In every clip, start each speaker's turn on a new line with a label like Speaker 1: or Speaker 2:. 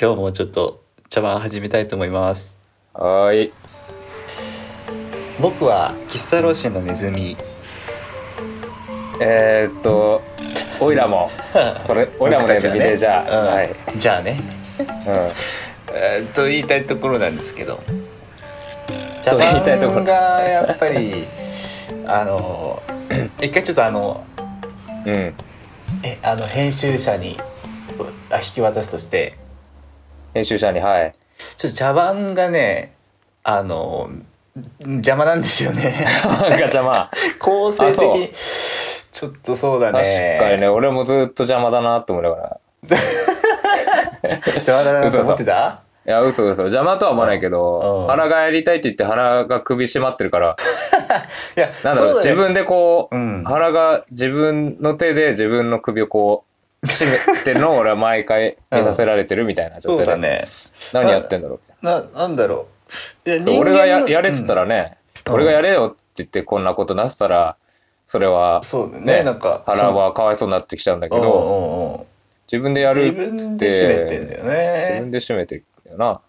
Speaker 1: 今日もちょっと茶番始めたいと思います
Speaker 2: はーい。
Speaker 1: 僕は喫茶ローシンのネズ ミ
Speaker 2: えー、っと、オイラも、それ、オイラも
Speaker 1: 僕
Speaker 2: ね、
Speaker 1: たちは
Speaker 2: 見て、じゃあ、
Speaker 1: うん
Speaker 2: はい。
Speaker 1: じゃあね
Speaker 2: う
Speaker 1: えーっと言いたいところなんですけど茶
Speaker 2: と言いたいとこ
Speaker 1: 番が
Speaker 2: ろ
Speaker 1: やっぱり あの一回ちょっとあの
Speaker 2: ん。うん。
Speaker 1: えあの編集者にあ引き渡すとして
Speaker 2: 編集者 に、はい。
Speaker 1: ちょっと茶番がねあの邪魔なんですよ ね
Speaker 2: ガチャマ。
Speaker 1: 構成
Speaker 2: あそ
Speaker 1: 的ちょっとそうだね
Speaker 2: 確かにね、俺もずっと邪魔だなって思いながら。
Speaker 1: 邪魔だなと思ってた
Speaker 2: いや、嘘嘘。邪魔とは思わないけ
Speaker 1: うん
Speaker 2: ど、腹がやりたいって言って腹が首締まってるから、
Speaker 1: いや
Speaker 2: なんだろう、
Speaker 1: そうだ
Speaker 2: 自
Speaker 1: よね
Speaker 2: 分でこう、
Speaker 1: うん
Speaker 2: 腹が自分の手で自分の首をこう、締めてるのを俺は毎回見させられてるみたいな
Speaker 1: そう
Speaker 2: 状態で。
Speaker 1: だね
Speaker 2: 何やってんだろうみたい
Speaker 1: ななんだろういや
Speaker 2: な。そう
Speaker 1: 人間
Speaker 2: 俺
Speaker 1: の
Speaker 2: がややれっつったらね、
Speaker 1: うん
Speaker 2: 俺がやれよって言ってこんなことなってたら、それは
Speaker 1: うん、そうだね
Speaker 2: ね
Speaker 1: なんか
Speaker 2: 腹はかわいそうになってきちゃうんだけど、
Speaker 1: ど
Speaker 2: 自分でやるっ
Speaker 1: 自
Speaker 2: つ
Speaker 1: 分
Speaker 2: っ
Speaker 1: で
Speaker 2: て、
Speaker 1: 締めてんだよ
Speaker 2: 自
Speaker 1: ね
Speaker 2: 分で締めてるよな。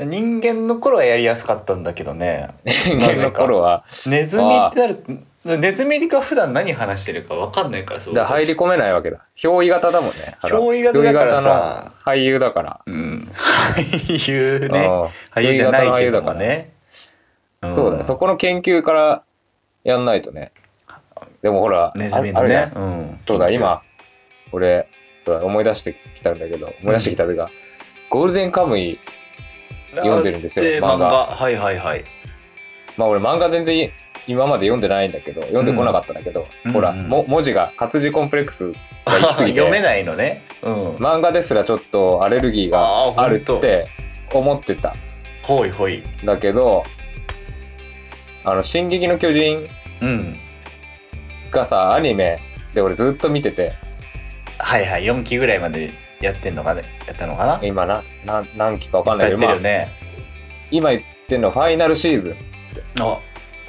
Speaker 1: 人間の頃はやりやすかったんだけどね
Speaker 2: 人間の頃は、
Speaker 1: ネズミってなるとネズミが普段何話してるか分かんないからそう
Speaker 2: だから入り込めないわけだ。憑依型だもんね。腹
Speaker 1: 憑依型だからさ
Speaker 2: 憑依型の俳優だから。
Speaker 1: うん俳優ね
Speaker 2: うん
Speaker 1: 俳優じゃない
Speaker 2: 憑依型の俳
Speaker 1: け
Speaker 2: 優
Speaker 1: ど
Speaker 2: だ
Speaker 1: も
Speaker 2: から
Speaker 1: ねん
Speaker 2: そうだね。そこの研究からやんないとね。でもほら、
Speaker 1: ネズミの
Speaker 2: ああるじゃ
Speaker 1: ね
Speaker 2: ん
Speaker 1: うん
Speaker 2: そうだ、
Speaker 1: 研究
Speaker 2: 今、俺、そうだ、思い出してきたんだけど、思い出してきたというか、ゴールデンカムイ、読んでるんですよ
Speaker 1: で漫
Speaker 2: 漫
Speaker 1: 画
Speaker 2: 画
Speaker 1: はいはいはい
Speaker 2: まあ俺漫画全然今まで読んでないんだけど、読んでこなかったんだけど、
Speaker 1: うん
Speaker 2: ほら、
Speaker 1: うんうん
Speaker 2: も文字が、活字コンプレックスが行き過ぎ て、
Speaker 1: 読めないのねうん
Speaker 2: 漫画ですらちょっとアレルギー
Speaker 1: あー
Speaker 2: がある
Speaker 1: ほんと
Speaker 2: って思ってた。
Speaker 1: ほいほい
Speaker 2: だけど、あの、進撃の巨人
Speaker 1: うん
Speaker 2: がさ、アニメで俺ずっと見てて、
Speaker 1: はいはい4期ぐらいまでやってんのかねやったのかな
Speaker 2: 今な、な何期かわかんない
Speaker 1: や
Speaker 2: け
Speaker 1: っ
Speaker 2: ど、
Speaker 1: てるよ
Speaker 2: まあ
Speaker 1: ね
Speaker 2: 今言ってんのファイナルシーズンっつって。
Speaker 1: あ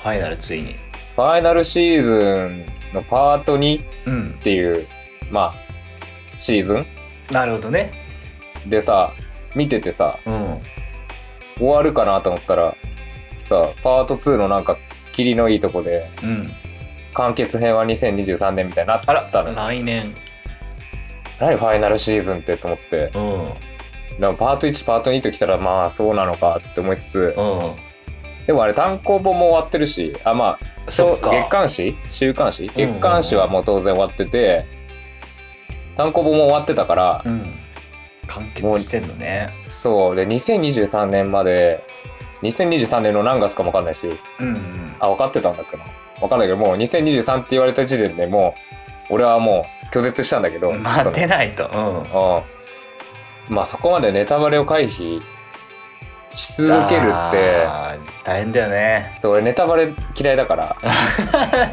Speaker 1: ファイナルついに
Speaker 2: ファイナルシーズンのパート2っ
Speaker 1: うん
Speaker 2: ていう、まあ、シーズン
Speaker 1: なるほどね
Speaker 2: でさ、見ててさ、
Speaker 1: うん
Speaker 2: 終わるかなと思ったら、さ、パート2のなんか、キリのいいとこで、
Speaker 1: うん
Speaker 2: 完結編は2023年みたいになっ
Speaker 1: あら
Speaker 2: たの。
Speaker 1: 来年
Speaker 2: 何ファイナルシーズンってと思って。
Speaker 1: うんうん
Speaker 2: でもパート1パート2ときたらまあそうなのかって思いつつでもあれ単行本も終わってるしあまあ
Speaker 1: そ
Speaker 2: そう
Speaker 1: っか
Speaker 2: 月刊誌週刊誌月刊誌はもう当然終わってて単行本も終わってたから
Speaker 1: うん完結してんのね
Speaker 2: そうで2023年まで2023年の何月かも分かんないし
Speaker 1: うんうん
Speaker 2: あ分かってたんだっけな分かんないけどもう2023って言われた時点でもう俺はもう拒絶したんだけ ど
Speaker 1: 待
Speaker 2: そ
Speaker 1: ってないとうん
Speaker 2: のうんまあそこまでネタバレを回避し続けるって
Speaker 1: あー大変だよ ね
Speaker 2: そう俺ネタバレ嫌いだから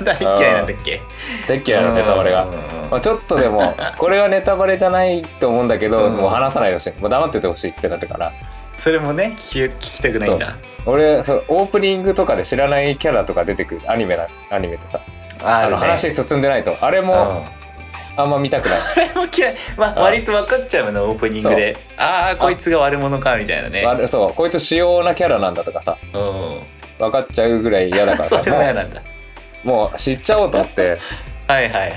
Speaker 1: 大嫌いなんだっけ
Speaker 2: 大っ嫌いなのネタバレ
Speaker 1: うん
Speaker 2: が、
Speaker 1: うんうん
Speaker 2: まあ、ちょっと でもこれはネタバレじゃないと思うんだけど、
Speaker 1: うん
Speaker 2: もう話さないでほしいもう黙っててほしいってなってから
Speaker 1: それもね聞き聞きたくないんだ
Speaker 2: 俺そうオープニングとかで知らないキャラとか出てくるアニメなアニメってさ
Speaker 1: あ
Speaker 2: あ
Speaker 1: る
Speaker 2: の
Speaker 1: ね
Speaker 2: 話進んでないとあれ
Speaker 1: うん
Speaker 2: もあんま見 たくない、
Speaker 1: これも嫌い まあ
Speaker 2: うん
Speaker 1: 割と分かっちゃうのオープニングでああこいつが悪者かみたいなね
Speaker 2: あれそうこいつ主要なキャラなんだとかさ
Speaker 1: うん
Speaker 2: 分かっちゃうぐらい嫌だから
Speaker 1: そ
Speaker 2: さ
Speaker 1: れも嫌なんだ
Speaker 2: もうもう知っちゃおうと思って
Speaker 1: はいはいはい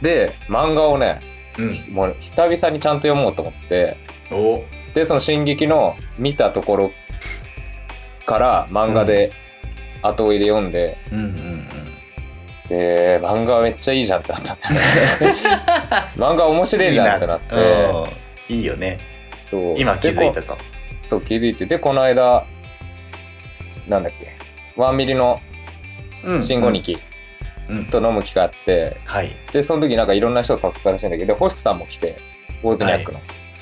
Speaker 2: で漫画をね
Speaker 1: うん
Speaker 2: もう久々にちゃんと読もうと思って
Speaker 1: お
Speaker 2: でその「進撃」の見たところから漫画で後追いで読んで、
Speaker 1: うんうんうん
Speaker 2: で漫画めっちゃいいじゃんってなったんだよね 漫画面白いじゃんってなって
Speaker 1: うんいいよね
Speaker 2: そう
Speaker 1: 今気づい
Speaker 2: で
Speaker 1: た
Speaker 2: ことそう気づいてでこの間なんだっけワンミリの「新ゴニキ
Speaker 1: うん」
Speaker 2: と飲む機会あって、
Speaker 1: はい
Speaker 2: でその時なんかいろんな人を誘ったらしいんだけど星さんも来てウォーズニャックの。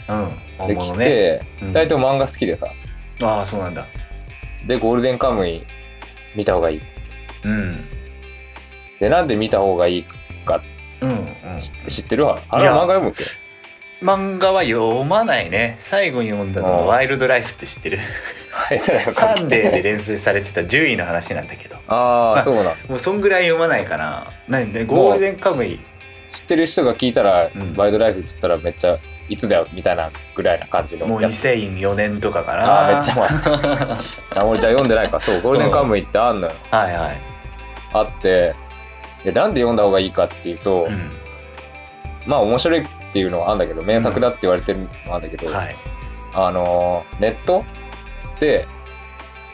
Speaker 1: うん
Speaker 2: で
Speaker 1: 本
Speaker 2: 来
Speaker 1: 物ね
Speaker 2: て、
Speaker 1: うん
Speaker 2: 2人とも漫画好きでさ
Speaker 1: ああそうなんだ
Speaker 2: で「ゴールデンカムイ見た方がいい」っつって。
Speaker 1: うん
Speaker 2: で、なんで見た方がいいか
Speaker 1: うんうん
Speaker 2: し知ってるわ。あれ
Speaker 1: いや
Speaker 2: 漫画読むっけ
Speaker 1: 漫画は読まないね最後に読んだのは
Speaker 2: うん
Speaker 1: ワイルドライフって知ってる
Speaker 2: はい、それは
Speaker 1: サンデーで連載されてた10位の話なんだけど
Speaker 2: ああ、そうなん。
Speaker 1: もうそんぐらい読まないかな何ねゴールデンカムイ
Speaker 2: 知ってる人が聞いたら、
Speaker 1: うん
Speaker 2: ワイルドライフっつったらめっちゃいつだよみたいなぐらいな感じの
Speaker 1: もう
Speaker 2: やつ
Speaker 1: 2004年とかか
Speaker 2: あ
Speaker 1: な
Speaker 2: あめっちゃ前あ俺じゃあ読んでないかそうゴールデンカムイってあんのよ
Speaker 1: はいはい、
Speaker 2: あってでなんで読んだ方がいいかっていうと、
Speaker 1: う
Speaker 2: まあ面白いっていうのはあんだけど名作だって言われてるのもあんだけど、
Speaker 1: ん、はい
Speaker 2: あのーネットで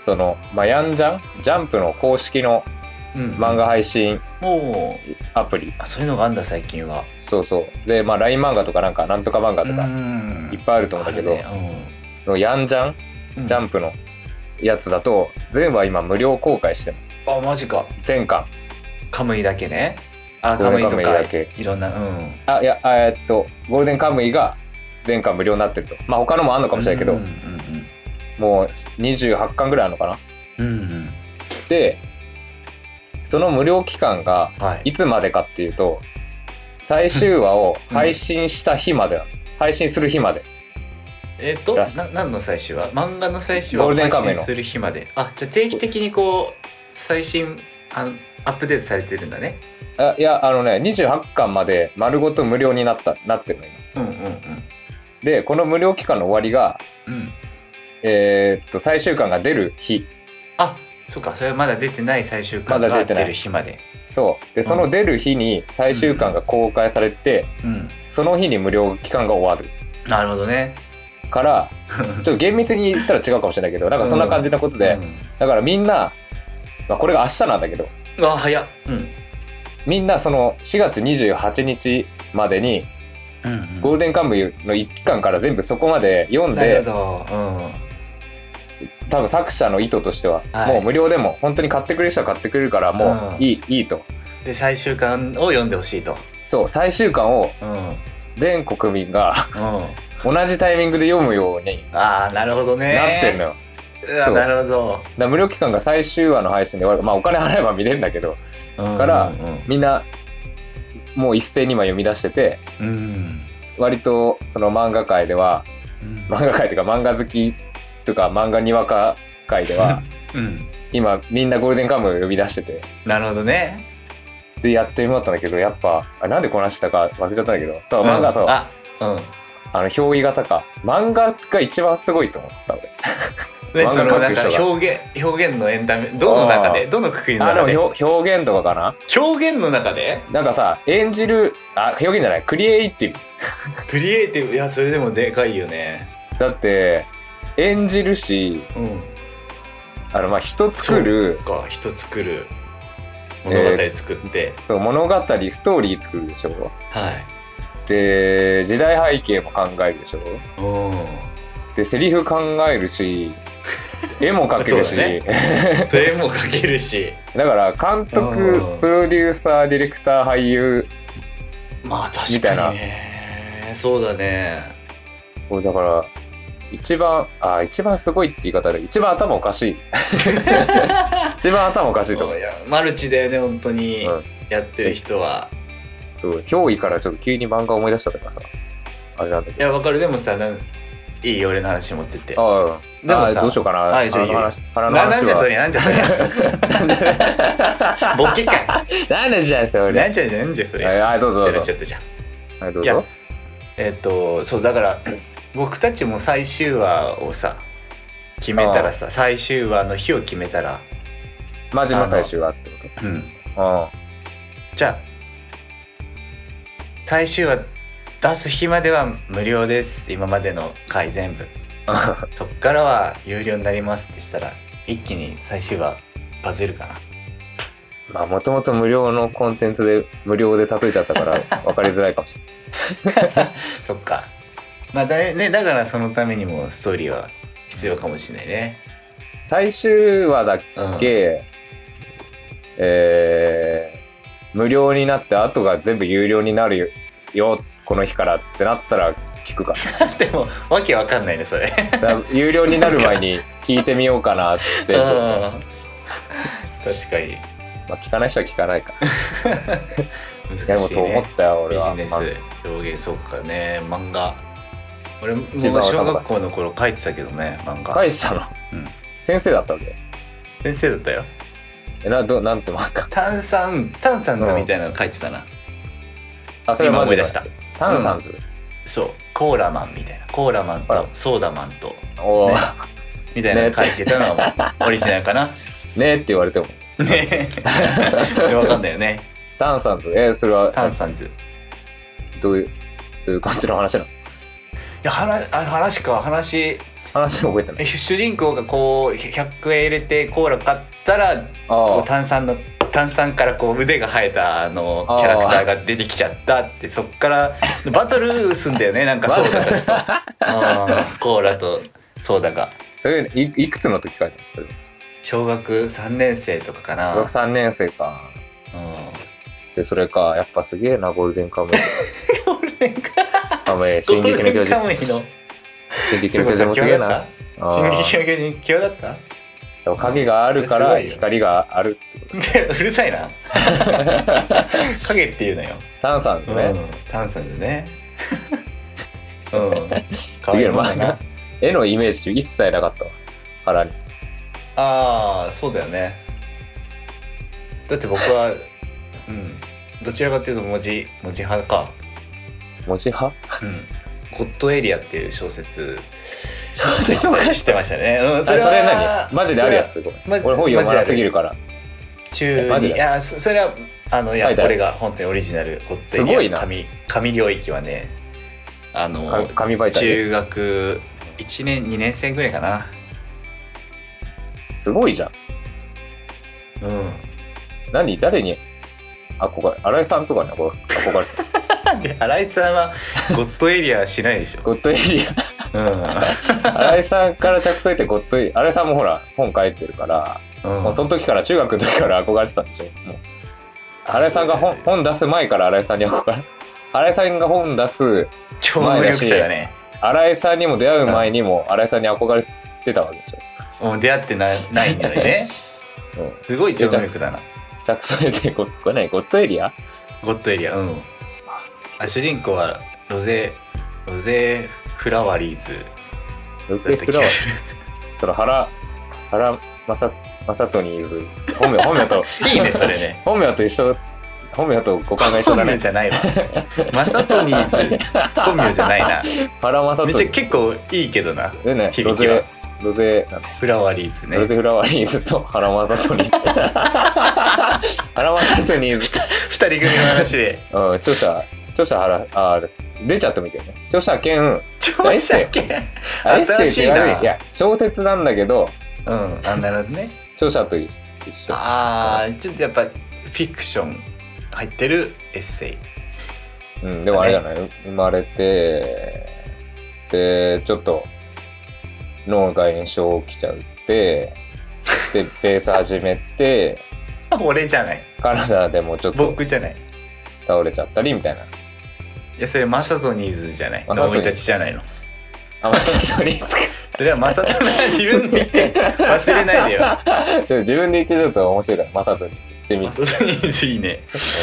Speaker 2: その、まあ、ヤンジャンジャンプの公式の漫画配信
Speaker 1: もう
Speaker 2: アプリ、
Speaker 1: あそういうのがあんだ最近は
Speaker 2: そうそうでまあ LINE 漫画とかなんかなんとか漫画と
Speaker 1: う
Speaker 2: か
Speaker 1: ん
Speaker 2: いっぱいあると思うんだけど、
Speaker 1: あるね
Speaker 2: のヤンジャン
Speaker 1: うん
Speaker 2: ジャンプのやつだと全話今無料公開してる
Speaker 1: あマジか
Speaker 2: 全巻
Speaker 1: カムイだけねあ
Speaker 2: ゴー
Speaker 1: カ
Speaker 2: ル
Speaker 1: ムイ
Speaker 2: デン
Speaker 1: と
Speaker 2: カムイ
Speaker 1: か
Speaker 2: だけ
Speaker 1: いろんなうん
Speaker 2: あいやあえっとゴールデンカムイが全巻無料になってるとまあ他のもあんのかもしれないけど、
Speaker 1: うんうん
Speaker 2: もう28巻ぐらいあるのかな
Speaker 1: うん、うん
Speaker 2: でその無料期間が
Speaker 1: うん、はい
Speaker 2: いつまでかっていうと最終話を配信した日までなの、配信する日まで
Speaker 1: えっ、と
Speaker 2: らしい
Speaker 1: な何の最終は漫画の最終
Speaker 2: ゴー
Speaker 1: は
Speaker 2: ルデン
Speaker 1: 配
Speaker 2: カムイの
Speaker 1: 信する日まであじゃあ定期的にこう最新あのアップデートされてるんだね
Speaker 2: あいやあのね28巻まで丸ごと無料になったなってるの今
Speaker 1: うんうん
Speaker 2: でこの無料期間の終わりが
Speaker 1: うんうん
Speaker 2: えーっと最終巻が出る日
Speaker 1: あそっかそれはまだ出てない最終巻
Speaker 2: まだ
Speaker 1: が
Speaker 2: 出てない
Speaker 1: 出る日まで
Speaker 2: そうでその出る日に最終巻が公開されて、
Speaker 1: うん
Speaker 2: その日に無料期間が終わる
Speaker 1: なるほどね
Speaker 2: からちょっと厳密に言ったら違うかもしれないけどなんかそんな感じのことで、
Speaker 1: うん
Speaker 2: だからみんな、まあ、これが明日なんだけど
Speaker 1: うわ早っ、うん、
Speaker 2: みんなその4月28日までに
Speaker 1: うんうん
Speaker 2: ゴールデンカムイの一期間から全部そこまで読ん
Speaker 1: なる
Speaker 2: で
Speaker 1: ほど、うん、
Speaker 2: 多分作者の意図としては、
Speaker 1: はい
Speaker 2: もう無料でも本当に買ってくれる人は買ってくれるからも
Speaker 1: うん
Speaker 2: ういい,、いいと
Speaker 1: で最終巻を読んでほしいと、
Speaker 2: そう最終巻を
Speaker 1: うんうん、
Speaker 2: 全国 民が
Speaker 1: あ
Speaker 2: 同じタイミングで読むように
Speaker 1: あーなるほどね
Speaker 2: なってんのよ、
Speaker 1: うわ
Speaker 2: そう
Speaker 1: なるほど、
Speaker 2: だから無料期間が最終話の配信で終わるまあお金払えば見れるんだけど
Speaker 1: うん、
Speaker 2: から
Speaker 1: うん
Speaker 2: みんなもう一斉に今読み出してて
Speaker 1: うん
Speaker 2: 割とその漫画界では
Speaker 1: うん
Speaker 2: 漫画界というか漫画好きとか漫画にわか界では
Speaker 1: うん、
Speaker 2: 今みんなゴールデンカムイを呼び出してて
Speaker 1: なるほどね
Speaker 2: でやっと読み終わったんだけどやっぱあれなんでこなしてたか忘れちゃったんだけどそう漫画そう、
Speaker 1: うん、
Speaker 2: あ
Speaker 1: あうん
Speaker 2: の憑依型か漫画が一番すごいと思った俺
Speaker 1: ね、そ
Speaker 2: 漫
Speaker 1: のな
Speaker 2: 画描
Speaker 1: んか
Speaker 2: く人が
Speaker 1: 表現表現のエンタメどの中で
Speaker 2: あ
Speaker 1: どのくくりの
Speaker 2: あ
Speaker 1: 中
Speaker 2: で
Speaker 1: で
Speaker 2: も表表現とかかな
Speaker 1: 表現の中で
Speaker 2: なんかさ演じるあ表現じゃないクリエイティブ
Speaker 1: クリエイティブいやそれでもでかいよね
Speaker 2: だって演じるし
Speaker 1: うん
Speaker 2: あのまあ人作る
Speaker 1: か人作る
Speaker 2: え
Speaker 1: 物
Speaker 2: ー
Speaker 1: 語作って、
Speaker 2: そう物語ストーリー作るでしょ
Speaker 1: はい
Speaker 2: で時代背景も考えるでしょ
Speaker 1: う
Speaker 2: でセリフ考え るし絵も描けるし
Speaker 1: そうだねんそれも書けるし
Speaker 2: だから監
Speaker 1: う
Speaker 2: 督
Speaker 1: ん
Speaker 2: プロデューサーディレクター俳優
Speaker 1: まあ確
Speaker 2: みたい
Speaker 1: か
Speaker 2: な
Speaker 1: にねそうだね
Speaker 2: こうだから一番あ一番すごいって言い方で一番頭おかし い一番頭おかしいと思う
Speaker 1: いやマルチだよね本当に
Speaker 2: うん
Speaker 1: やってる人は、
Speaker 2: そう憑依からちょっと急に漫画思い出しちゃったからさあれなんだけ
Speaker 1: いやわかるでもさなんいいよ俺の話持ってって
Speaker 2: どああ
Speaker 1: でも
Speaker 2: あ
Speaker 1: さ
Speaker 2: どうしようかな
Speaker 1: はいじゃあ
Speaker 2: あの話あ
Speaker 1: な
Speaker 2: の
Speaker 1: なん
Speaker 2: 話
Speaker 1: じゃそ
Speaker 2: は
Speaker 1: りゃなんじゃそ りゃボケか
Speaker 2: なんでじゃそれ
Speaker 1: なんじゃなんじゃそりゃっ
Speaker 2: はいどうぞ
Speaker 1: て
Speaker 2: どう
Speaker 1: なっ
Speaker 2: ぞ
Speaker 1: ちゃったじゃん
Speaker 2: はいどう
Speaker 1: いや
Speaker 2: ぞ
Speaker 1: えっとそうだから僕たちも最終話をさ決めたらさ最終話の日を決めたら
Speaker 2: マジの最終話ってこ
Speaker 1: うん
Speaker 2: と
Speaker 1: じゃあ最終話出す日までは無料です今までの回全 部そっからは有料になりますってしたら一気に最終話バズるかな
Speaker 2: うんまあもともと無料のコンテンツで無料で例えちゃっ たから分かりづらいかもしれない
Speaker 1: そっかまあだ,、ね、だからそのためにもストーリーは必要かもしれないね、
Speaker 2: 最終話だ
Speaker 1: うん、
Speaker 2: け、えー無料になって後が全部有料になるよこの日からってなったら聞くか
Speaker 1: でもわけわかんないねそれ
Speaker 2: だから有料になる前に聞いてみようかなっ て、
Speaker 1: うん
Speaker 2: ま
Speaker 1: 確かに
Speaker 2: あ、聞かない人は聞かないかい
Speaker 1: 難しい、ね、
Speaker 2: やでもそう思った よ俺
Speaker 1: ビ
Speaker 2: は
Speaker 1: ジネス
Speaker 2: ま
Speaker 1: 表現そうかね漫画俺も
Speaker 2: 一番
Speaker 1: 小
Speaker 2: 頭
Speaker 1: 学校の頃書いてたけどね漫
Speaker 2: あ
Speaker 1: 画
Speaker 2: 返したの、
Speaker 1: うん
Speaker 2: 先生だったわけ
Speaker 1: 先生だったよ
Speaker 2: えなどなんて漫画
Speaker 1: 炭酸炭酸図みたいなの書いてたな、
Speaker 2: あそれはマジで
Speaker 1: 今思い出した
Speaker 2: 炭酸水、
Speaker 1: そうコーラマンみたいなコーラマン
Speaker 2: ほら
Speaker 1: とソーダマンと
Speaker 2: おお
Speaker 1: ねみたいなの書いてたのはオリジナルかな
Speaker 2: ねって言われても
Speaker 1: ね分かんないよね
Speaker 2: 炭酸水えー、それは
Speaker 1: 炭酸酢い
Speaker 2: どういうどういう感じの話なの
Speaker 1: や話あ話か話
Speaker 2: 話覚えてない
Speaker 1: え主人公がこう100円入れてコーラ買ったらこ
Speaker 2: あ
Speaker 1: う炭酸の炭酸からこう腕が生えたあのキャラクターが出てきちゃったってそっからバトルすんだよ ねなんかソーダたちとうんコーラとソーダが
Speaker 2: あそれいいくつの時書いてあるそれ
Speaker 1: 小学3年生とかかな、う
Speaker 2: 小
Speaker 1: ん
Speaker 2: 学、3年生かでそれかやっぱすげえなゴールデン カムイカムイ進撃の巨
Speaker 1: カムイの
Speaker 2: 人進撃の巨人もすげえなあ
Speaker 1: 進撃の
Speaker 2: ー
Speaker 1: 巨人際立った
Speaker 2: でも影があるか
Speaker 1: すご
Speaker 2: ら
Speaker 1: いよ
Speaker 2: 光があるってこと
Speaker 1: うるさい な影っていうのよ、
Speaker 2: 炭酸ですね、
Speaker 1: うん、炭酸で ねうん
Speaker 2: すげえな
Speaker 1: 可愛いもんだな
Speaker 2: 絵のイメージ一切なかったわ腹に
Speaker 1: ああそうだよねだって僕はうんどちらかというと文字文字派か、
Speaker 2: 文字派
Speaker 1: うん、ゴッドエリアっていう小説
Speaker 2: 小説も
Speaker 1: 知ってましたね、うん、
Speaker 2: それそれ
Speaker 1: は
Speaker 2: 何マジであるやつごめん
Speaker 1: マジ
Speaker 2: 俺本読まなすぎるから
Speaker 1: それは
Speaker 2: マ
Speaker 1: 中
Speaker 2: ジ
Speaker 1: に
Speaker 2: で
Speaker 1: いやそそれはあのいや
Speaker 2: 書いてあ
Speaker 1: こ
Speaker 2: る
Speaker 1: れが本当にオリジナルゴッドエリア
Speaker 2: すごいな
Speaker 1: 神神領域はねあの
Speaker 2: か紙媒体で
Speaker 1: 中学1年2年生ぐらいかな
Speaker 2: すごいじゃん
Speaker 1: うん
Speaker 2: 何誰に憧れ新井さんとかに憧れ憧れてた
Speaker 1: で新井さんはゴッドエリアしないでしょ、
Speaker 2: ゴッドエリ
Speaker 1: う
Speaker 2: ア新井さんから着想ってゴッドエリア新井さんもほら本書いてるから、
Speaker 1: んうん
Speaker 2: もうその時から中学の時から憧れてたんでしょもう新井さんが本,、本出す前から新井さんに憧れ新井さんが本出す
Speaker 1: 超能力者だね
Speaker 2: 新井さんにも出会う前にも新井さんに憧れてたわけでしょ
Speaker 1: もう出会ってなないんだよ ね
Speaker 2: うん
Speaker 1: すごい超能力だな
Speaker 2: 着想でゴッこれ何ゴッドエリア
Speaker 1: ゴッドエリアうん
Speaker 2: あすげ
Speaker 1: あ主人公はロゼロゼフラワリーズ
Speaker 2: えロ
Speaker 1: だ
Speaker 2: ゼ
Speaker 1: った
Speaker 2: フ
Speaker 1: 気
Speaker 2: ラワ
Speaker 1: が
Speaker 2: ー
Speaker 1: する
Speaker 2: その原原正正トニーズ本名本名と
Speaker 1: いいねそれね
Speaker 2: 本名と一緒本名と五感が一緒
Speaker 1: 本
Speaker 2: だ
Speaker 1: 名
Speaker 2: ね
Speaker 1: じゃないわマサトニーズ本名じゃないな
Speaker 2: 原正ト
Speaker 1: めっ
Speaker 2: ニ
Speaker 1: ちゃ
Speaker 2: ー
Speaker 1: 結構いいけどな
Speaker 2: でねロ
Speaker 1: 響きは
Speaker 2: ゼロゼなんだ
Speaker 1: フラワリーズね
Speaker 2: ロゼフラワーリーズと原正トニーズ原正トニーズ
Speaker 1: 二人組の話で
Speaker 2: うん著者著者原あ出ちゃってもいいけどね著者兼
Speaker 1: ち
Speaker 2: 大成あエッセ
Speaker 1: 新
Speaker 2: イっ
Speaker 1: してい
Speaker 2: 言わ
Speaker 1: な
Speaker 2: れるいや小説なんだけど
Speaker 1: うんあなるほどね
Speaker 2: 著者と一緒
Speaker 1: ああちょっとやっぱフィクション入ってるエッセイ
Speaker 2: うん、でもあれじゃない、生まれて、で、ちょっと脳が炎症起きちゃって、 で、ベース始めて、
Speaker 1: 俺じゃない
Speaker 2: 体でもちょっと
Speaker 1: 僕じゃない
Speaker 2: 倒れちゃったりみたいな。
Speaker 1: いやそれマサトニーズじゃない
Speaker 2: マサト
Speaker 1: の
Speaker 2: ニー
Speaker 1: いたちじゃないの
Speaker 2: あ、まあ、そうですか。
Speaker 1: それはマサトが自分で言って忘れないでよマ
Speaker 2: ちょっと自分で言ってちょっと面白いから、まさずに。地味に。
Speaker 1: サトニーズいいね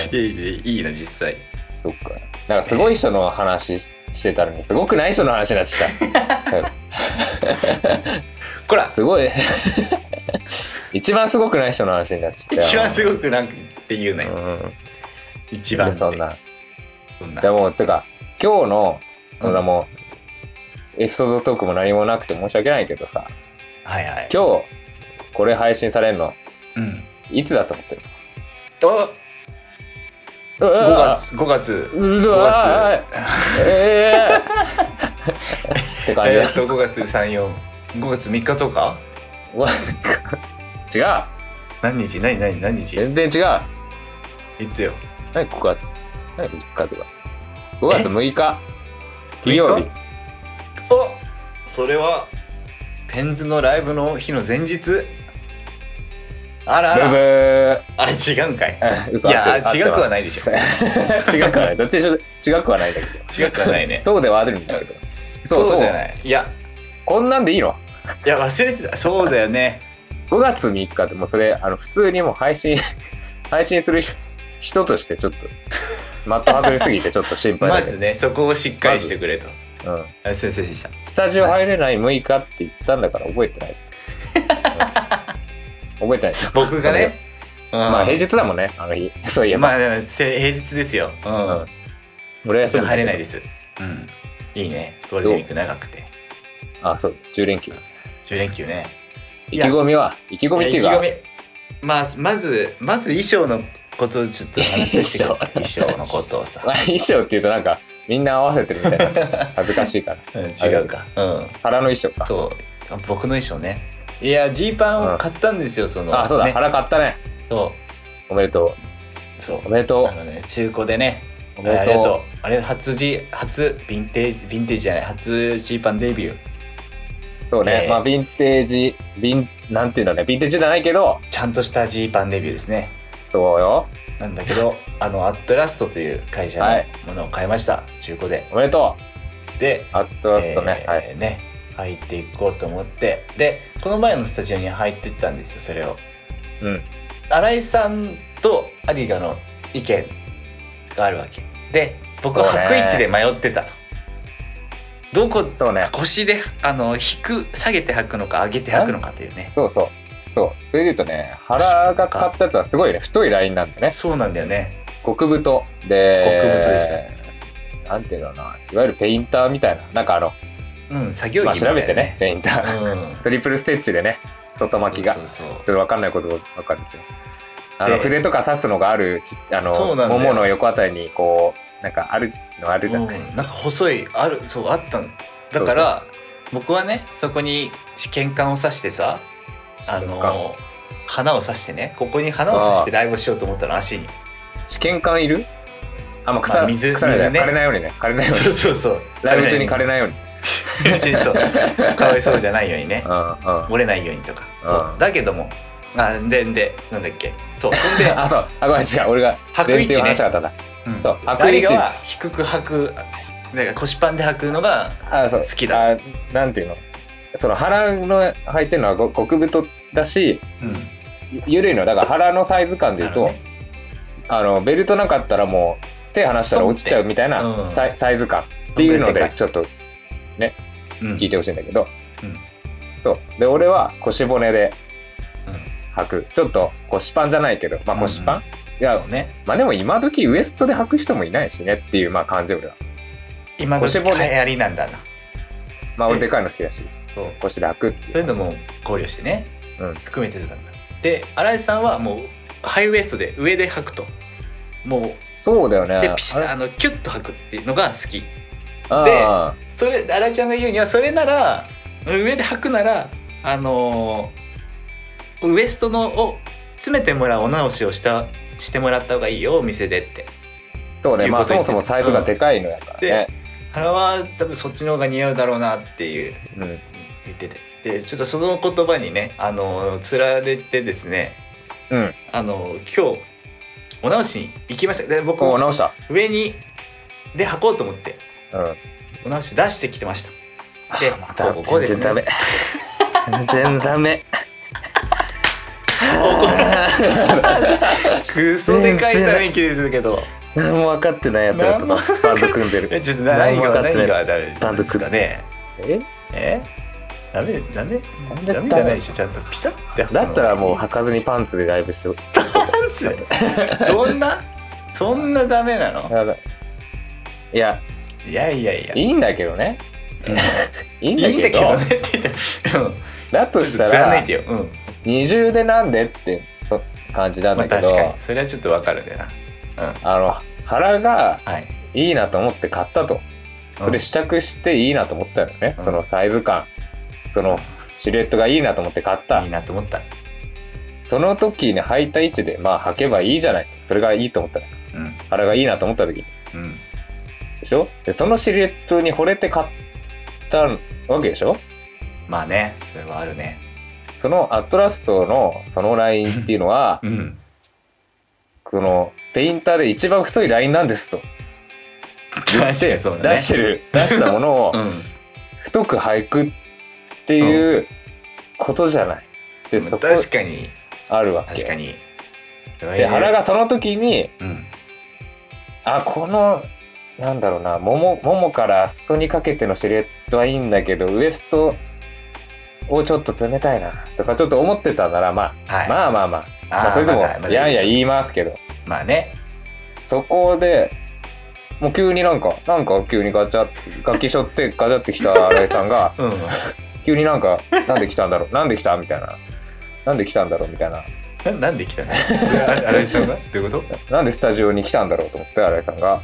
Speaker 1: いやいやいいな実際
Speaker 2: どっか。なんかすごい人の話してたのに、すごくない人の話になっちゃっ
Speaker 1: こら
Speaker 2: た。す ごい。一番すごくない人の話になっちゃったよ。
Speaker 1: 一番すごくなんかって言うな
Speaker 2: う
Speaker 1: よ
Speaker 2: ん。
Speaker 1: 一番って
Speaker 2: そんな。
Speaker 1: そんな
Speaker 2: でもてか今日の
Speaker 1: うん
Speaker 2: ほらもうエピソードトークも何もなくて申し訳ないけどさ
Speaker 1: はいはい
Speaker 2: 今日これ配信されるの
Speaker 1: うん
Speaker 2: いつだと思ってる
Speaker 1: あ
Speaker 2: う
Speaker 1: 5
Speaker 2: わ
Speaker 1: 月5月
Speaker 2: うわええって感じ
Speaker 1: え
Speaker 2: だ
Speaker 1: ーっと5月345月3日とか
Speaker 2: うわ違う
Speaker 1: 何日何何何日
Speaker 2: 全然違う
Speaker 1: いつよ
Speaker 2: 何5月何3日とか5月6日金曜日
Speaker 1: おそれはペンズのライブの日の前日あらあ
Speaker 2: ブ
Speaker 1: ら
Speaker 2: ブー
Speaker 1: あれ違うんかい
Speaker 2: え嘘
Speaker 1: いや
Speaker 2: 合ってる
Speaker 1: 違くはないでしょ
Speaker 2: 合ってます 違くはないどっちにしろ違くはないんだけど
Speaker 1: 違くはない ね
Speaker 2: そうではあるんだけど。
Speaker 1: そ
Speaker 2: そううそう
Speaker 1: じゃないいや
Speaker 2: こんなんでいいの
Speaker 1: いや忘れてたそうだよね
Speaker 2: ?5 月3日ってもうそれ、あの、普通にもう配信、 配信する人としてちょっと、的外れすぎてちょっと心配
Speaker 1: ま
Speaker 2: だけ
Speaker 1: ず
Speaker 2: ど。
Speaker 1: ねそこをしっかりしてくれと、
Speaker 2: うん。
Speaker 1: あ先生でした
Speaker 2: スタジオ入れない6日って言ったんだから覚えてない。うん覚えてない。
Speaker 1: 僕がね
Speaker 2: まあ平
Speaker 1: 日
Speaker 2: 日だもんね、あの日。そういえば。
Speaker 1: まあでもせ平日ですよ、うん
Speaker 2: うん俺はすぐ
Speaker 1: 入れないですうんいいねゴールデンウィーク長くて
Speaker 2: あそう10連休
Speaker 1: 10連休ねい
Speaker 2: 意
Speaker 1: や
Speaker 2: 気込みは意気込みっていう
Speaker 1: いや
Speaker 2: か
Speaker 1: 意気込みまあまずまず衣装のことをちょっと話してください衣装のことをさ
Speaker 2: まあ 衣装っていうとなんかみんな合わせてるみたいな恥ずかしいから
Speaker 1: うん違うかうん
Speaker 2: 腹の衣装か
Speaker 1: そう僕の衣装ねいやジーパンを買ったんですよその
Speaker 2: あそうだ、
Speaker 1: ね
Speaker 2: 腹買ったね
Speaker 1: そ
Speaker 2: おめでと
Speaker 1: うそう
Speaker 2: うおめでと
Speaker 1: あのね中古でね
Speaker 2: うお
Speaker 1: あ
Speaker 2: め
Speaker 1: あり
Speaker 2: でとう
Speaker 1: がとうあれ初ジ初ヴィンテージヴィンテージじゃない初ジーパンデビュー
Speaker 2: そうね、
Speaker 1: えー
Speaker 2: まあヴィンテージヴィンなんていうんだねヴィンテージじゃないけど
Speaker 1: ちゃんとしたジーパンデビューですね
Speaker 2: そうよ
Speaker 1: なんだけどあのアットラストという会社
Speaker 2: はい
Speaker 1: のものを買いました、中古で
Speaker 2: おめでと
Speaker 1: で
Speaker 2: うアットラストね、
Speaker 1: えー
Speaker 2: はい
Speaker 1: ね入っていこうと思ってでこの前のスタジオに入ってったんですよそれを
Speaker 2: うん
Speaker 1: 新井さんとアリガの意見があるわけで僕は
Speaker 2: そうね
Speaker 1: 白一で迷ってたと、どこ
Speaker 2: そうね
Speaker 1: 腰であの引く下げて履くのか上げて履くのかというね
Speaker 2: そうそうそうそれで言うとね腹が買ったやつはすごいね太いラインなんだね
Speaker 1: そうなんだよね
Speaker 2: 極太で
Speaker 1: 極太ですね
Speaker 2: なんていうのかないわゆるペインターみたいななんかあの、
Speaker 1: うん作業着
Speaker 2: まあ、
Speaker 1: みた
Speaker 2: 調
Speaker 1: い
Speaker 2: べ
Speaker 1: な
Speaker 2: てねペインター、
Speaker 1: うん
Speaker 2: トリプルステッチでね外巻きが
Speaker 1: そうそうそう
Speaker 2: ちょっと分かんないこと分かるんですよ。あの
Speaker 1: で
Speaker 2: 筆とか刺すのがあるちあの
Speaker 1: そうなんだよ
Speaker 2: ももの横あたりにこうなんかあるのあるじゃない、
Speaker 1: うんなんか細いあるそうあったんだから僕はねそこに試験管を刺してさあ
Speaker 2: そうそう
Speaker 1: の花を刺してねここに花を刺してライブをしようと思ったの足 に
Speaker 2: 試験管いるあまあ腐,、
Speaker 1: まあ水
Speaker 2: 腐らな
Speaker 1: 水
Speaker 2: い
Speaker 1: ね
Speaker 2: 枯れないようにね枯れないよう
Speaker 1: そう
Speaker 2: に
Speaker 1: そうそう
Speaker 2: ライブ中に枯れないように
Speaker 1: ライブ中 にそうかわいそうじゃないようにね
Speaker 2: うんうん
Speaker 1: 折れないようにとか
Speaker 2: う
Speaker 1: そ
Speaker 2: ん
Speaker 1: うだけどもあでんでなんだっけそうそんで
Speaker 2: あそうあごめん違う俺が
Speaker 1: 白衣ね
Speaker 2: 前提の話だったんだ
Speaker 1: うん
Speaker 2: そう白
Speaker 1: 誰
Speaker 2: 衣
Speaker 1: がは低く履くなんか腰パンで履くのが
Speaker 2: あそう
Speaker 1: 好きだ
Speaker 2: あなんていうのその腹の履いてるのはご極太だし
Speaker 1: うん
Speaker 2: ゆ緩いのだから腹のサイズ感で言うと、
Speaker 1: なる
Speaker 2: あのベルトなかったらもう手離したら落ちちゃうみたい
Speaker 1: うん
Speaker 2: なサイ,、サイズ感っていうのでちょっと
Speaker 1: ほどね
Speaker 2: 聞いてほしいんだけど、
Speaker 1: うん
Speaker 2: そうで俺は腰骨で
Speaker 1: うん
Speaker 2: 履くちょっと腰パンじゃないけど、まあ、腰パン、
Speaker 1: うん
Speaker 2: いや
Speaker 1: そうね
Speaker 2: まあでも今時ウエストで履く人もいないしねっていうまあ感じ俺は
Speaker 1: 今
Speaker 2: 腰
Speaker 1: 腰
Speaker 2: 骨
Speaker 1: 骨流行りなんだな
Speaker 2: まあ
Speaker 1: え
Speaker 2: 俺でかいの好きだし
Speaker 1: そう
Speaker 2: 腰で履くって
Speaker 1: そう
Speaker 2: い
Speaker 1: いう
Speaker 2: う
Speaker 1: のも考慮してね、
Speaker 2: うん
Speaker 1: 含めてたんだで新井さんはもうハイウエストで上で履くとも
Speaker 2: そうだよね
Speaker 1: うでピシ
Speaker 2: あれ
Speaker 1: ッあのキュッと履くっていうのが好き
Speaker 2: あー
Speaker 1: それ新井ちゃんが言うにはそれなら上で履くならあのーウエストのを詰めてもらうお直しをしたしてもらった方がいいよお店でって
Speaker 2: そうね
Speaker 1: いう
Speaker 2: ま
Speaker 1: こ
Speaker 2: あ
Speaker 1: と言
Speaker 2: そも
Speaker 1: って
Speaker 2: そもサイズがでかいのやからね、
Speaker 1: 原は多分そっちの方が似合うだろうなっていう
Speaker 2: うん、
Speaker 1: 言っててでちょっとその言葉にねあのーつられてですね
Speaker 2: うん、
Speaker 1: あの今日お直しに行きましたで僕
Speaker 2: こう直した
Speaker 1: 上にで履こうと思って
Speaker 2: うん
Speaker 1: お直し出してきてましたで
Speaker 2: また
Speaker 1: ここです
Speaker 2: 全然ダメ
Speaker 1: ね
Speaker 2: 全然 ダメ
Speaker 1: クソでかいため息ですけど
Speaker 2: 何も分かってないやつらと
Speaker 1: 何も
Speaker 2: バンド組んで
Speaker 1: え
Speaker 2: る
Speaker 1: ちょっと何
Speaker 2: 何も
Speaker 1: が
Speaker 2: 分かってない
Speaker 1: 何がダメ
Speaker 2: バンド
Speaker 1: です
Speaker 2: 組
Speaker 1: か
Speaker 2: ん
Speaker 1: ね
Speaker 2: え
Speaker 1: えダメダメ
Speaker 2: なんで
Speaker 1: ダメじゃないでしょちゃんとピシャって
Speaker 2: だったらもう履かずにパンツでライブしておく
Speaker 1: パンツ どんなそんなダメなの
Speaker 2: やだいや
Speaker 1: いやいやいや
Speaker 2: いいんだけどね
Speaker 1: うん
Speaker 2: いいん
Speaker 1: い
Speaker 2: だ
Speaker 1: いんだ
Speaker 2: け
Speaker 1: け
Speaker 2: ど
Speaker 1: どねって言ってうん
Speaker 2: だ と
Speaker 1: ち
Speaker 2: し
Speaker 1: ょったと貫い
Speaker 2: ら
Speaker 1: てようん
Speaker 2: 二重でなんでってそ感じなん
Speaker 1: ま
Speaker 2: だ
Speaker 1: あ
Speaker 2: け
Speaker 1: 確
Speaker 2: ど、
Speaker 1: かにそれはちょっとわかるねな
Speaker 2: あの腹が
Speaker 1: はい
Speaker 2: いいなと思って買ったとそれ試着していいなと思ったよね、
Speaker 1: うん
Speaker 2: そのサイズ感そのシルエットがいいなと思って買った
Speaker 1: いいなと思った
Speaker 2: その時に履いた位置でまあ履けばいいじゃないとそれがいいと思ったら
Speaker 1: うん
Speaker 2: 腹がいいなと思った時に
Speaker 1: うん
Speaker 2: でしょでそのシルエットに惚れて買ったわけでしょ
Speaker 1: まあねそれはあるね
Speaker 2: そのアトラストのそのラインっていうのは
Speaker 1: うん
Speaker 2: そのペインターで一番太いラインなんですと言って出
Speaker 1: そうだね
Speaker 2: してる出したものを
Speaker 1: うん
Speaker 2: 太く履くっていうことじゃない。でそこ
Speaker 1: 確かに
Speaker 2: あるわけ。
Speaker 1: 確かに
Speaker 2: で腹がその時に
Speaker 1: うん
Speaker 2: あこのなんだろうなももももから裾にかけてのシルエットはいいんだけどウエストをちょっと冷たいなとかちょっと思ってたならまあ、
Speaker 1: はい
Speaker 2: まあまあまあ、
Speaker 1: あ
Speaker 2: まあ
Speaker 1: ー
Speaker 2: それでも、
Speaker 1: まだまだ
Speaker 2: やんや
Speaker 1: いいでし
Speaker 2: 言いますけど
Speaker 1: ょまあね
Speaker 2: そこでもう急になんかなんか急にガチャって楽器しょってガチャってきた新井さん が
Speaker 1: うん
Speaker 2: 急になんか「なんで来たんだろうなんで来た?」みたいな「なんで来たんだろう?」みたいな
Speaker 1: ななん で来 たのあ荒井さんがどういうこと
Speaker 2: 「なんでスタジオに来たんだろう?」と思って新井さんが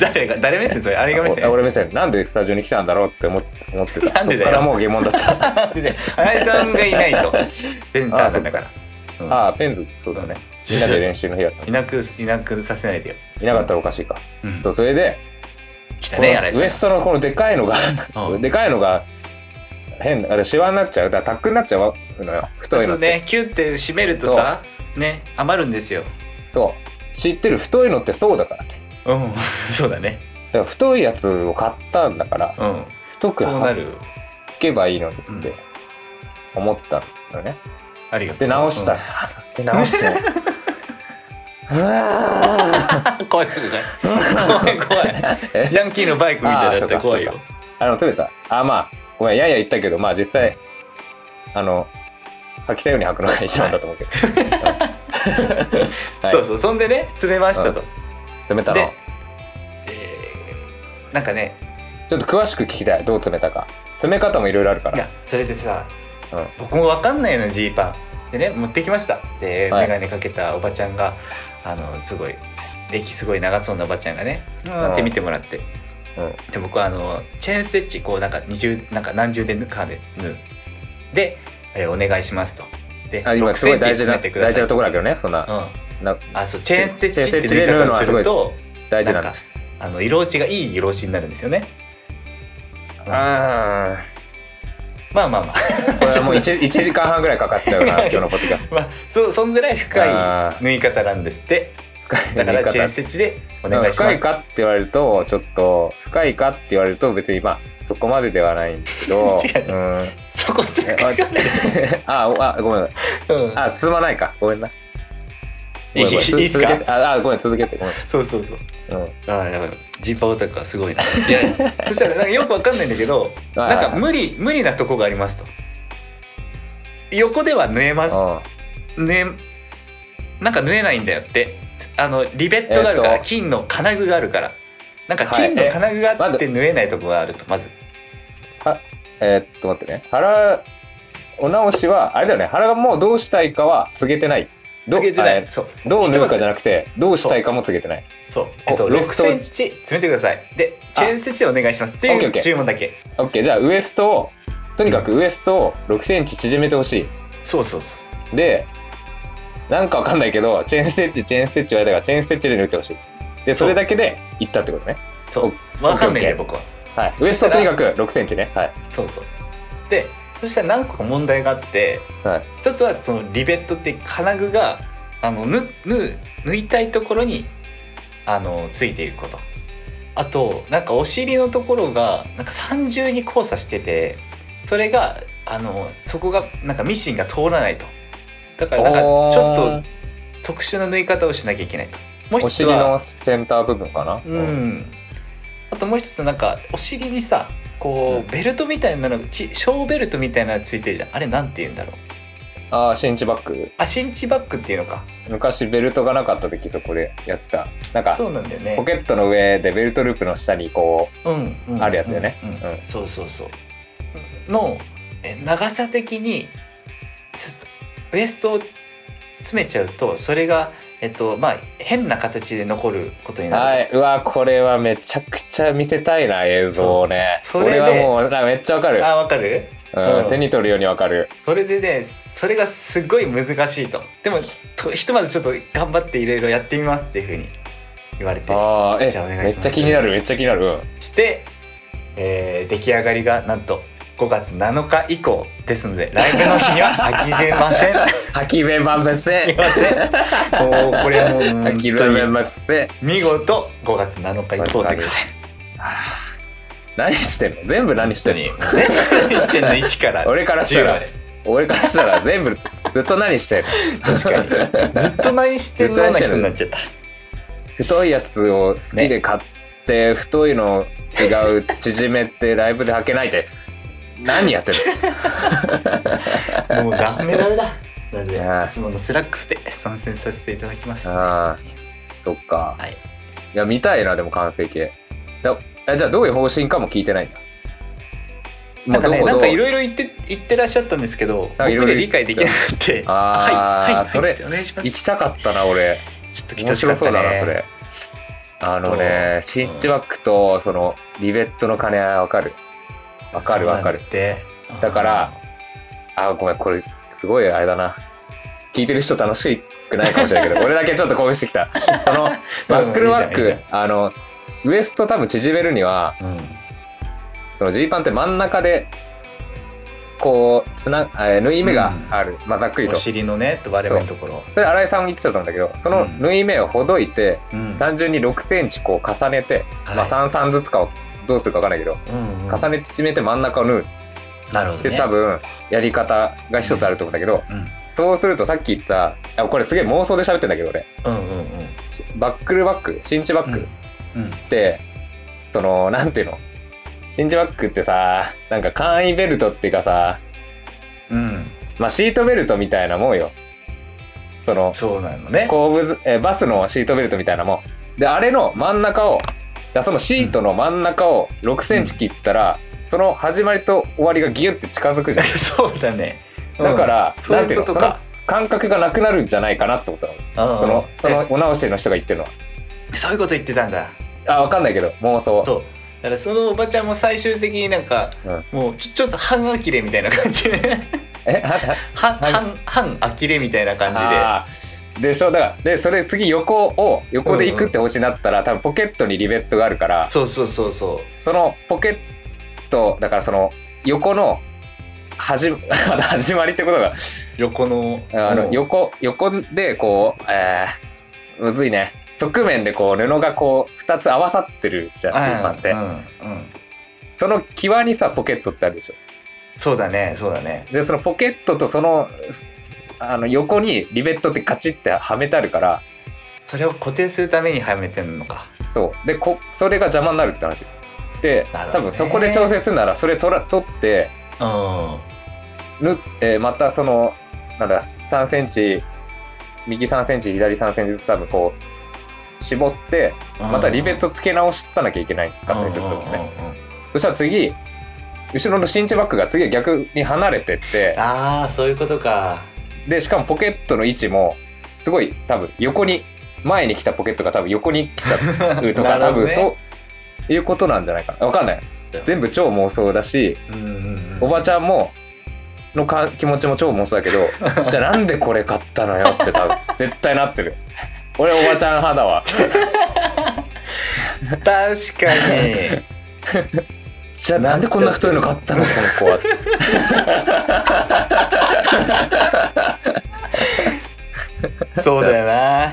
Speaker 1: 誰が誰目線それあれが目
Speaker 2: あ
Speaker 1: 線
Speaker 2: 俺目線なんでスタジオに来たんだろう?」って思っ思ってた
Speaker 1: なんでだよ
Speaker 2: そっからもう疑問だっ た
Speaker 1: 荒井さんがいない とセンターさんだから
Speaker 2: ああペンズそうだねみんなで練習の日だった
Speaker 1: いなくいなくさせないでよ、
Speaker 2: いなかったらおかしいか、
Speaker 1: うん、
Speaker 2: そうそれで
Speaker 1: 来た
Speaker 2: こ
Speaker 1: ね荒井
Speaker 2: の
Speaker 1: さん
Speaker 2: ウエストのこのでかいのが
Speaker 1: うん
Speaker 2: でかいのが変なあれシワになっちゃうだからタックになっちゃうのよ太い
Speaker 1: そ
Speaker 2: の
Speaker 1: うねキュッて締めるとさね余るんですよ
Speaker 2: そう知ってる太いのってそうだからって
Speaker 1: うん そうだね
Speaker 2: だから太いやつを買ったんだから
Speaker 1: うん
Speaker 2: 太く
Speaker 1: そうな
Speaker 2: 履
Speaker 1: る
Speaker 2: けばいいのに
Speaker 1: うん
Speaker 2: って思ったのね、
Speaker 1: ありがとう
Speaker 2: で直した、 で 直してうわ
Speaker 1: うん 怖い怖い怖い怖い
Speaker 2: ー
Speaker 1: ヤンキーのバイクみたいだったら怖いよ
Speaker 2: あーあの、取れた。あ、まあ、ごめん、やや言ったけど、まあ実際、あの、履きたいように履くのが一番だと思 うけど。はい
Speaker 1: そうそうそんでね詰めましたと、
Speaker 2: 詰めた
Speaker 1: で
Speaker 2: の。
Speaker 1: えーなんかね
Speaker 2: ちょっと詳しく聞きたい。どう詰めたか。詰め方もいろいろあるか
Speaker 1: い
Speaker 2: ら。
Speaker 1: やそれでさ、
Speaker 2: うん
Speaker 1: 僕も分かんないのジーパンでね持ってきましたで、
Speaker 2: はい
Speaker 1: 眼鏡かけたおばちゃんがあのすごい歴すごい長そうなおばちゃんがねうーんって見てもらって、
Speaker 2: う
Speaker 1: で僕はあのチェーンステッチこうなんか二重なんか何重でかで縫うで、えーお願いしますとで
Speaker 2: あ今
Speaker 1: 6
Speaker 2: す
Speaker 1: セ
Speaker 2: ご
Speaker 1: ン
Speaker 2: い
Speaker 1: チ
Speaker 2: 大事
Speaker 1: 詰
Speaker 2: な
Speaker 1: めてくだ
Speaker 2: 大事
Speaker 1: さい
Speaker 2: なところだけどね、そんな、
Speaker 1: うん
Speaker 2: な
Speaker 1: あそうチェーンステッチって
Speaker 2: チェーンステッチで縫
Speaker 1: 縫い
Speaker 2: うの
Speaker 1: 方を
Speaker 2: は
Speaker 1: す
Speaker 2: すご
Speaker 1: る
Speaker 2: い
Speaker 1: と
Speaker 2: 大事なんです。
Speaker 1: あの色落ちがいい色落ちになるんですよね
Speaker 2: あ
Speaker 1: まあまあまあ
Speaker 2: ーこれはもう 1, 一時間半ぐらいかかっちゃうな、今日のポッドキャスト。
Speaker 1: まあそそんぐらい
Speaker 2: あ
Speaker 1: 深い
Speaker 2: ー
Speaker 1: 縫い方なんですって
Speaker 2: 深
Speaker 1: だから
Speaker 2: い言い
Speaker 1: チェー
Speaker 2: 方
Speaker 1: ンステッチでお願いします
Speaker 2: 深いかって言われるとちょっと深いかって言われると別にまあそこまでではないんだけ ど
Speaker 1: 違うね
Speaker 2: ん
Speaker 1: そこって
Speaker 2: えあ ああごめん
Speaker 1: うん
Speaker 2: あ進まないかごめんなご
Speaker 1: い
Speaker 2: め
Speaker 1: い
Speaker 2: んご
Speaker 1: い
Speaker 2: めんつ
Speaker 1: いっす
Speaker 2: 続けて
Speaker 1: か
Speaker 2: ああごめん続けてごめん、
Speaker 1: そうそうそう
Speaker 2: うん、
Speaker 1: ああやばいジーパーオタクはすごいないやいやそしたらなんかよくわかんないんだけど
Speaker 2: はい
Speaker 1: なんか無理無理なとこがありますと横では縫えます
Speaker 2: うん
Speaker 1: 縫えなんか縫えないんだよってあのリベットがあるから、
Speaker 2: えっと
Speaker 1: 金の金具があるからなんか
Speaker 2: は
Speaker 1: 金
Speaker 2: い
Speaker 1: の金具が
Speaker 2: え
Speaker 1: あ
Speaker 2: ま
Speaker 1: って
Speaker 2: ず
Speaker 1: 縫えないとこがあるとまず
Speaker 2: えーっと待ってね腹お直しはあれだよね腹がもうどうしたいかは告げてないど
Speaker 1: つけてな
Speaker 2: あ
Speaker 1: い
Speaker 2: れ
Speaker 1: そう
Speaker 2: どう縫うかじゃなくてどうしたいかも告げてない
Speaker 1: そうえっと
Speaker 2: お
Speaker 1: 6
Speaker 2: ロフト
Speaker 1: センチ詰めてくださいで
Speaker 2: あ
Speaker 1: チェーンステッチでお願いしますって
Speaker 2: オッケ
Speaker 1: い
Speaker 2: ーオ
Speaker 1: う
Speaker 2: ッケー
Speaker 1: 注文だけ
Speaker 2: OK じゃあウエストをとにかくウエストを6センチ縮めてほしい
Speaker 1: そうそうそう
Speaker 2: でなんかわかんないけどチェーンステッチチェーンステッチ言われたからチェーンステッチで塗ってほしいでそれだけでいったってことね
Speaker 1: そうわかんないんだよ
Speaker 2: オ
Speaker 1: 僕は
Speaker 2: はいウエストとにかく6センチねはい
Speaker 1: そうそうでそしたら何個か問題があって
Speaker 2: はい
Speaker 1: 一つはそのリベットって金具があのぬぬ抜いたいところにあのついていることあとなんかお尻のところがなんか三重に交差しててそれがあのそこがなんかミシンが通らないとだからなんかち
Speaker 2: おー
Speaker 1: ょっと特殊な縫い方をしなきゃいけないともう
Speaker 2: お
Speaker 1: 一つ
Speaker 2: 尻
Speaker 1: は
Speaker 2: のセンター部分かな
Speaker 1: う、ん、あともう一つなんかお尻にさこう、
Speaker 2: うん
Speaker 1: ベルトみたいなのがち小ベルトみたいなのついてるじゃんあれなんて言うんだろう
Speaker 2: ああシンチバッグ
Speaker 1: あシンチバッグっていうのか
Speaker 2: 昔ベルトがなかった時そこでやってたなんか
Speaker 1: そうなんだよね
Speaker 2: ポケットの上でベルトループの下にこ
Speaker 1: うんうん
Speaker 2: あるやつだよね
Speaker 1: うん
Speaker 2: うん
Speaker 1: そうそうそうのえ長さ的にすウエストを詰めちゃうとそれがえっとまあ変な形で残ることに
Speaker 2: う
Speaker 1: な
Speaker 2: は
Speaker 1: る
Speaker 2: いうわこれはめちゃくちゃ見せたいな映像をね
Speaker 1: そう
Speaker 2: こ
Speaker 1: それ
Speaker 2: れ
Speaker 1: で
Speaker 2: はもうなんかめっちゃわかる
Speaker 1: あわかる
Speaker 2: うん
Speaker 1: うん
Speaker 2: 手に取るようにわかる
Speaker 1: それでねそれがすごい難しいとでもとひとまずちょっと頑張っていろいろやってみますっていうふうに言われて
Speaker 2: ああえ
Speaker 1: じゃあお願いします
Speaker 2: めっちゃ気になるめっちゃ気に な るうん
Speaker 1: して、えー出来上がりがなんと5月7日以降ですのでライブの日には飽きれま せん飽
Speaker 2: はきめませ
Speaker 1: き
Speaker 2: ん
Speaker 1: ませんもうこれはもう
Speaker 2: は
Speaker 1: 本
Speaker 2: きめ
Speaker 1: 当に
Speaker 2: ません
Speaker 1: 見事5月7日以降でございます
Speaker 2: 何してんの全部何してんの
Speaker 1: 本当に全 部何してんの1から
Speaker 2: 俺からした
Speaker 1: 10ま
Speaker 2: ら
Speaker 1: で
Speaker 2: 俺からしたら全部ずっと何してん の
Speaker 1: 確かにずっと何してんのような人になっちゃった
Speaker 2: 太いやつを好きで買って、太いの違う縮めてライブで履けな いって何やってんの
Speaker 1: もうダメダメだ。なので、
Speaker 2: いやー
Speaker 1: いつものスラックスで参戦させていただきます。は
Speaker 2: ああそっか、
Speaker 1: い。
Speaker 2: いや見たいなでも完成形だえじゃあどういう方針かも聞いてないんだ
Speaker 1: なんかね
Speaker 2: もう
Speaker 1: な
Speaker 2: ど
Speaker 1: んか
Speaker 2: こどう
Speaker 1: いろいろ言って言ってらっしゃったんですけど
Speaker 2: かいろ
Speaker 1: 僕
Speaker 2: いろ
Speaker 1: で理解できなくて
Speaker 2: あ
Speaker 1: は
Speaker 2: ー
Speaker 1: いはい
Speaker 2: それ
Speaker 1: はいお願いします
Speaker 2: 行きたかったな俺
Speaker 1: ちょっと来て
Speaker 2: 面
Speaker 1: ほしか
Speaker 2: 白
Speaker 1: っ
Speaker 2: そう
Speaker 1: た
Speaker 2: だな
Speaker 1: ね
Speaker 2: それあのねシッチバックとそのリベットの兼ね合いわかるわかるわかる
Speaker 1: そうなん
Speaker 2: だからあごめんこれすごいあれだな聞いてる人楽しくないかもしれないけ ど俺だけちょっと興奮してきたそのバックルバッ
Speaker 1: いいじゃんいい
Speaker 2: クあのウエスト多分縮めるには
Speaker 1: だうん
Speaker 2: そのジーパンって真ん中でこうつなえー縫い目がある、まあざっくり
Speaker 1: お
Speaker 2: とそ
Speaker 1: 尻のね割れ目のところ
Speaker 2: れ新井さんも言ってたと思うんだけどその
Speaker 1: うん
Speaker 2: 縫い目をほどいて、
Speaker 1: うん
Speaker 2: 単純に6センチこう重ねて、
Speaker 1: はい
Speaker 2: まあ33ずつかをどうするか分かんないけど、
Speaker 1: うんうん
Speaker 2: 重ねて縮めて真ん中を縫う
Speaker 1: なるほ
Speaker 2: っ
Speaker 1: ど
Speaker 2: て、
Speaker 1: ね
Speaker 2: 多分やり方が一つあると思うんだけど、
Speaker 1: うん
Speaker 2: そうするとさっき言ったあこれすげえ妄想で喋ってんだけど俺
Speaker 1: うんうんうん
Speaker 2: しバックルバックシンチバックっ
Speaker 1: うん
Speaker 2: て、そのなんていうのシンチバックってさなんか簡易ベルトっていうかさ
Speaker 1: うん
Speaker 2: まあシートベルトみたいなもんよその
Speaker 1: そうなのね
Speaker 2: 後部ずえバスのシートベルトみたいなもんであれの真ん中をだそのシートの真ん中を6センチ切ったら、その始まりと終わりがギュッて近づくじゃ ん
Speaker 1: そうだねうん
Speaker 2: だから、
Speaker 1: そう
Speaker 2: なんて
Speaker 1: い
Speaker 2: いう
Speaker 1: うこ
Speaker 2: の
Speaker 1: と
Speaker 2: その
Speaker 1: か
Speaker 2: 感覚がなくなるんじゃないかなってことなの
Speaker 1: うん
Speaker 2: そのその
Speaker 1: え
Speaker 2: お直しの人が言ってるのは
Speaker 1: そういうこと言ってたんだ
Speaker 2: あわかんないけど妄想
Speaker 1: そうだからそのおばちゃんも最終的になんか、もうちょちょっと半呆れみたいな感じで
Speaker 2: えあ
Speaker 1: 半
Speaker 2: はい
Speaker 1: 半半呆れみたいな感じで
Speaker 2: あーでしょだからでそれ次横を横で行くって星になったら、多分ポケットにリベットがあるから
Speaker 1: そうそうそうそ
Speaker 2: そのポケットだからその横の始 ま始まりってことが
Speaker 1: う横の
Speaker 2: あ
Speaker 1: う
Speaker 2: の
Speaker 1: ん
Speaker 2: 横横でこうえーむずいね側面でこう布がこう2つ合わさってるじゃん審判って、
Speaker 1: うんうんうん
Speaker 2: その際にさポケットってあるでしょ
Speaker 1: そうだねそうだね
Speaker 2: でそのポケットとそのすあの横にリベットってカチッてはめてあるから
Speaker 1: それを固定するためにはめてんのか
Speaker 2: そうでこそれが邪魔になるって話で、
Speaker 1: なるほど
Speaker 2: 多
Speaker 1: ね
Speaker 2: 分そこで調整するならそれ取ら取って
Speaker 1: うん
Speaker 2: 縫ってまたそのなんだ3センチ右3センチ左3センチずつ多分こう絞ってまたリベットつけ直さなきゃいけないかったりすると思うね、
Speaker 1: うんうんうん
Speaker 2: そしたら次後ろのシンチバッグが次は逆に離れてって
Speaker 1: ああそういうことか
Speaker 2: でしかもポケットの位置もすごい多分横に前に来たポケットが多分横に来ちゃうとか、
Speaker 1: なる
Speaker 2: 多
Speaker 1: ほどね
Speaker 2: 分そういうことなんじゃないかなわかんない全部超妄想だし
Speaker 1: うんうんうん
Speaker 2: おばちゃんものか気持ちも超妄想だ けどじゃあなんでこれ買ったのよって多分絶対なってる俺おばちゃん派だわ
Speaker 1: 確かに
Speaker 2: じゃあなんでこんな太いの買ったのこの子は
Speaker 1: そうだよな